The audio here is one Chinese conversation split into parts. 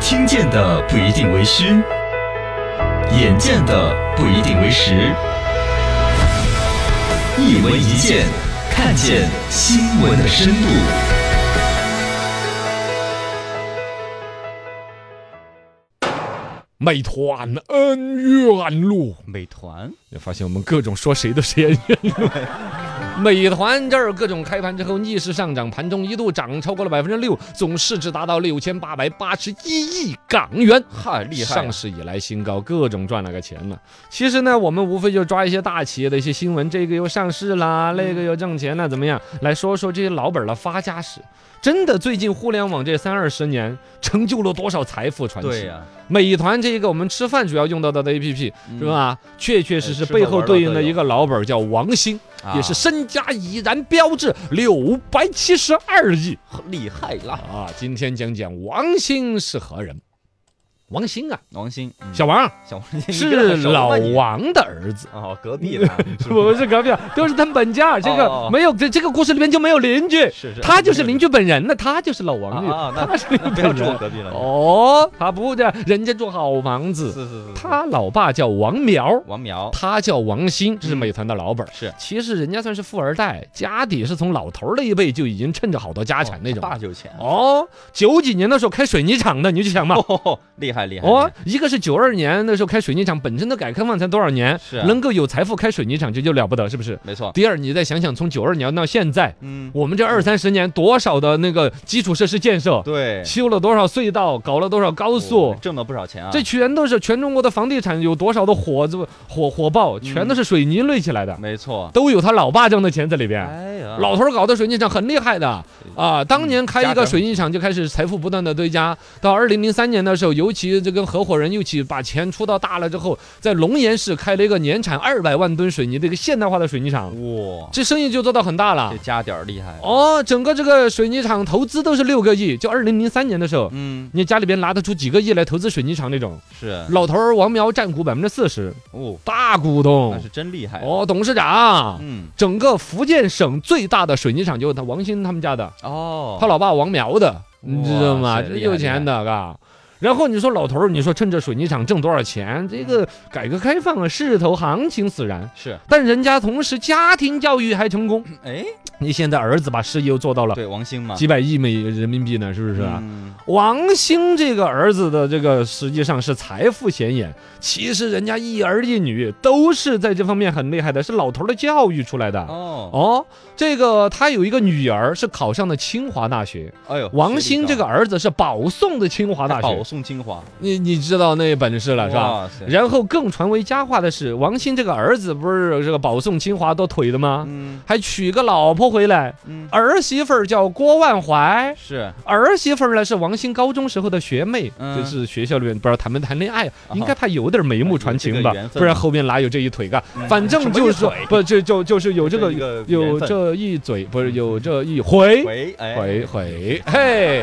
听见的不一定为虚，眼见的不一定为实。一闻一见，看见新闻的深度。美团恩怨路，美团也发现我们各种说谁的谁恩怨路。 美团这儿各种开盘之后逆势上涨，盘中一度涨超过了百分之六，总市值达到六千八百八十一亿港元，啊太厉害了上市以来新高，各种赚了个钱了。其实呢，我们无非就是抓一些大企业的一些新闻，这个又上市啦，那个又挣钱了，怎么样？来说说这些老本的发家史。真的，最近互联网这三二十年成就了多少财富传奇？对呀、美团这一个我们吃饭主要用到的的 APP 嗯是？吧？确确实实哎吃着背后对应的玩儿一乐个老板儿叫王兴，啊也是身家已然标志六百七十二亿厉害啦，啊！今天讲讲王兴是何人。王兴啊，王兴，嗯小 王小王兴是老王，王的儿子 哦，隔壁 的啊，是吧不是隔壁啊，都是他们本家。这哦个哦没有这这个故事里面就没有邻居，是是，他就是邻居居本人那他就是老王啊，啊啊的，那他是邻那居不要本住我人。隔壁了，哦，他不的，人家住好房是子，是是，是他老爸叫王苗。王苗他叫王兴，这是嗯美团的老板儿。是其实人家算是富二代，家底是从老头儿那一辈就已经趁着好多家产那哦种他爸了。就有钱，哦，九几年的时候开水泥厂的，你就想嘛，哦，厉害厉害，哦厉害，一个是九二年那时候开水泥厂，本身的改革开放才多少年，是啊能够有财富开水泥厂，这就了不得，是不是？没错，第二，你再想想，从九二年到现在，嗯，我们这二三十年多少的那个基础设施建设，对，修了多少隧道，搞了多少高速，哦挣了不少钱啊，这全都是全中国的房地产有多少的火子火火嗯爆，全都是水泥垒起来的，没错，都有他老爸挣的钱在里边。哎呀老头儿搞的水泥厂很厉害的啊！当年开一家个长水泥厂就开始财富不断的堆加，到二零零三年的时候，尤其这跟合伙人一起把钱出到大了之后，在龙岩市开了一个年产二百万吨水泥的一个现代化的水泥嗯厂，哇，这生意就做到很大了这。加点儿厉害，哦，整个这个水泥厂投资都是六个亿，就二零零三年的时候，嗯，你家里边拿得出几个亿来投资水泥厂那种。是老头儿王苗占股百分之四十，哦，大股那东是真厉害，啊哦，董事长。嗯，整个福建省最大的水泥厂就是他王兴他们家的，哦，他老爸王苗的，你知道哇吗？塞这厉害有钱的，嘎。然后你说老头儿，你说趁着水泥厂挣多少钱？这嗯个改革开放啊，势头行情使然，是，但人家同时家庭教育还成功。哎，你现在儿子把事业又做到了对，王兴嘛，几百亿美人民币呢，是不是啊？嗯王兴这个儿子的这个实际上是财富显眼，其实人家一儿一女都是在这方面很厉害的，是老头儿的教育出来的。哦，哦，这个他有一个女儿是考上了清华大学，哎呦，王兴这个儿子是保送的清华学历高大保学，送清华你你知道那本事了是吧？哇塞然后更传为佳话的是，王兴这个儿子不是这个保送清华多腿的吗？嗯还娶个老婆回来，嗯，儿媳妇儿叫郭万怀，是儿媳妇儿呢是王兴高中时候的学妹，嗯啊就是学校里面不知道谈没谈恋爱，应该怕有点眉目传情吧这个缘，分不然后面哪有这一腿噶？嗯反正就是什说么一腿不就就就是有这这一个个有缘分这一嘴，不是有这一回回哎回回嘿。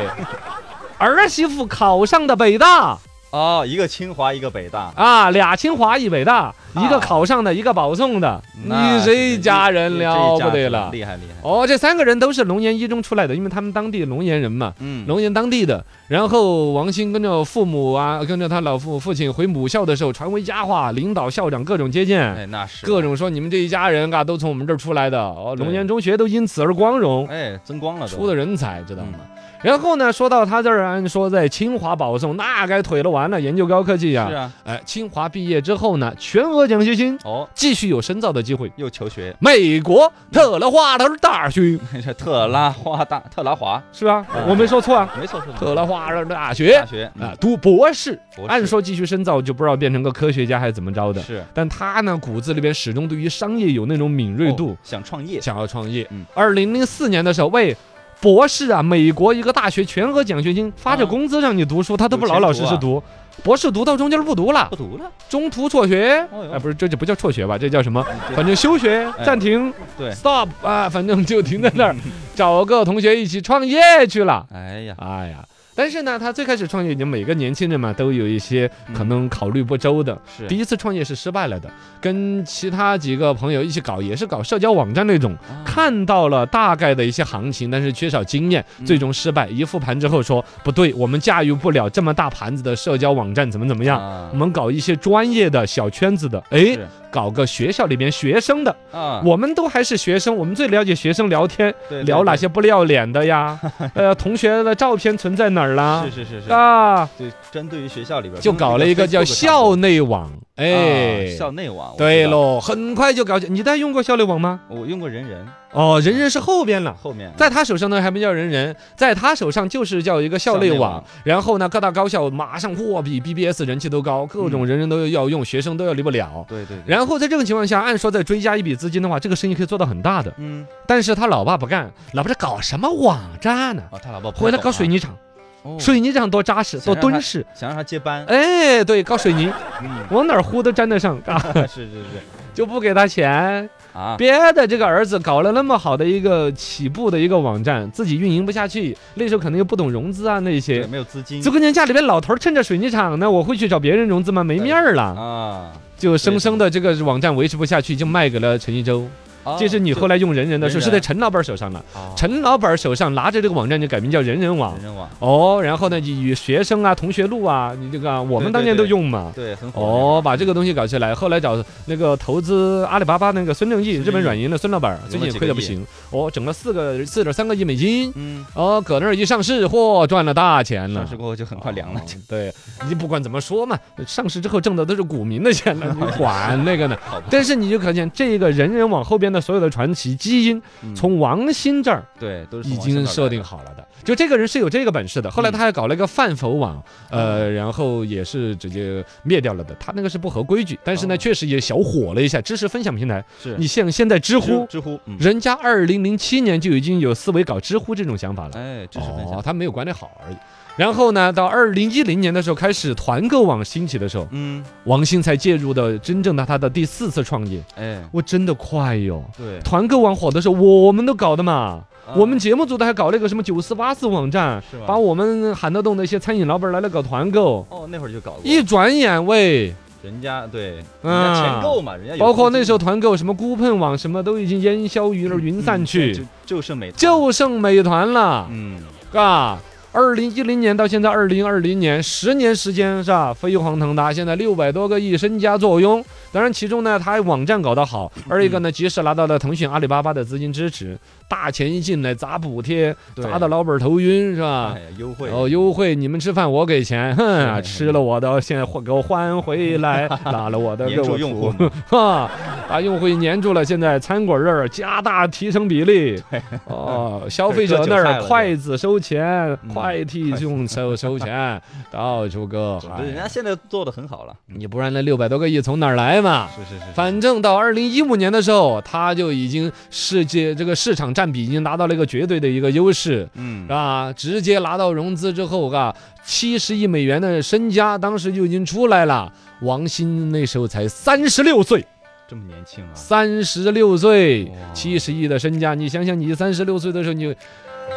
儿媳妇考上的北大哦，一个清华一个北大，啊，俩清华一北大，啊一个考上的，一个保送的，那你这一家人了不这一家得子了。厉害厉害，哦，这三个人都是龙岩一中出来的，因为他们当地龙岩人嘛。嗯，龙岩当地的。然后王兴跟着父母啊，跟着他老父父亲回母校的时候，传为佳话，领导校长各种接见，哎那是各种说你们这一家人啊，都从我们这儿出来的，哦，对龙岩中学都因此而光荣，哎增光了都出的人才，知道吗嗯？然后呢，说到他这儿，按说在清华保送，那该腿了完了，研究高科技呀、是啊哎，清华毕业之后呢，全额奖学金，哦继续有深造的机会。又求学， 美国特拉华德大学这特拉华大特拉华是吧嗯？我没说错啊，没错是特拉华德大学大。学嗯啊，读博士，博士按说继续深造就不知道变成个科学家还是怎么着嗯的。是但他呢，骨子里边始终对于商业有那种敏锐度哦，想创业想要创业嗯。二零零四年的时候，为博士啊，美国一个大学全额奖学金发着工资让你读书，他都不有老前老途实实啊读。博士读到中间不读了不，读了中途辍学，哦哟哎，不是，这就不叫辍学吧，这叫什么？这反正休学、哎暂停、对 stop 啊，反正就停在那儿，找个同学一起创业去了。哎呀哎呀，但是呢，他最开始创业，你每个年轻人嘛，都有一些嗯可能考虑不周的。是第一次创业是失败了的，跟其他几个朋友一起搞，也是搞社交网站那种，啊看到了大概的一些行情，但是缺少经验，嗯最终失败。一复盘之后说不对，我们驾驭不了这么大盘子的社交网站，怎么怎么样？啊我们搞一些专业的小圈子的，哎是，搞个学校里面学生的，啊，我们都还是学生，我们最了解学生聊天，对聊哪？对些不要脸的呀？呃，同学的照片存在哪儿啦对？是是是是，啊，对，针对于学校里边就搞了一个叫校内网，哎，哎校内网，我对知道，喽，很快就搞起。你在用过校内网吗？我用过人人哦，人人是后边了。后面在他手上呢，还不叫人人，在他手上就是叫一个校内校内网网。然后呢，各大高校马上嚯，比 BBS 人气都高，各种人人都要用，学生都要离不了。对对，对然后在这种情况下，按说再追加一笔资金的话，这个生意可以做到很大的。嗯，但是他老爸不干，老爸这搞什么网站呢、哦，他老婆回来搞水泥，泥厂，哦水泥厂多扎实，想多让他敦实。想让他 接班，哎，对，搞水泥，嗯，往哪儿糊都沾得上啊， 是是是就不给他钱。啊，别的这个儿子搞了那么好的一个起步的一个网站，自己运营不下去，那时候可能又不懂融资啊那对些。没有资金这个人家里边老头儿趁着水泥厂呢，我会去找别人融资吗？没面儿了，啊，就生生的这个网站维持不下去，就卖给了陈一舟。啊这是你后来用人人的时候，人人是在陈老板手上了。啊陈老板手上拿着这个网站就改名叫人人网人。人网，哦，然后呢，与学生啊、同学录啊，你这个啊我们当年都用嘛。对，很火哦，把这个东西搞起来，后来找那个投资阿里巴巴那个孙正义，孙正义日本软银的孙老板，最近也亏得不几行，哦，整了四个四点三个亿美金，嗯，哦，搁那儿一上市，嚯，赚了大钱了上。市过后就很快凉了嗯哦， 对你不管怎么说嘛，上市之后挣的都是股民的钱了，你管那个呢 好吧？但是你就可见这个人人网后边的所有的传奇基因，嗯从王鑫这儿对都是从已网上经找来设的嗯定好了的。就这个人是有这个本事的。后来他还搞了一个饭否网，呃，然后也是直接灭掉了的。他那个是不合规矩，但是呢，哦确实也小火了一下。知识分享平台，是你像现在知乎，知乎，嗯，人家二零零七年就已经有思维搞知乎这种想法了。哎，知识分哦享，，他没有管理好而已。然后呢，到二零一零年的时候开始团购网兴起的时候，嗯，王兴才介入的真正的他的第四次创业。哎，我真的快哟！对，团购网火的时候，我我们都搞的嘛。啊我们节目组的还搞了一个什么九四八四网站是吧，把我们喊得动的一些餐饮老板来了搞团购。哦那会儿就搞过，一转眼，喂，人家对，人啊家钱够嘛，人家有包括资金那时候团购什么孤碰网什么都已经烟消云云散去就，嗯就剩美团，就剩美团了，嗯，啊。二零一零年到现在二零二零年，十年时间是吧？飞黄腾达，现在六百多个亿身家坐拥。当然，其中呢，他网站搞得好，嗯而一个呢，及时拿到了腾讯、阿里巴巴的资金支持，大钱一进来砸补贴，对砸得老板头晕是吧哎？呀优惠哦，优惠，你们吃饭我给钱，哼啊，是吃了我的，现在还给我还回 来，拿了我的给黏我住用户 出， 哈，把用户粘住了。现在餐馆这儿加大提成比例，哦，消费者那这割韭菜儿了筷子收钱，嗯快递用收收钱，到处割。总之人哎家现在做的很好了，你不然那六百多个亿从哪儿来嘛？是是是，反正到二零一五年的时候，它就已经世界这个市场占比已经达到了一个绝对的一个优势。嗯，啊，直接拿到融资之后，啊，七十亿美元的身家，当时就已经出来了。王兴那时候才三十六岁，这么年轻啊，三十六岁哇，七十亿的身家，你想想，你三十六岁的时候，你，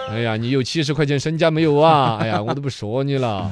哎呀，你有七十块钱身家没有啊？哎呀，我都不说你了。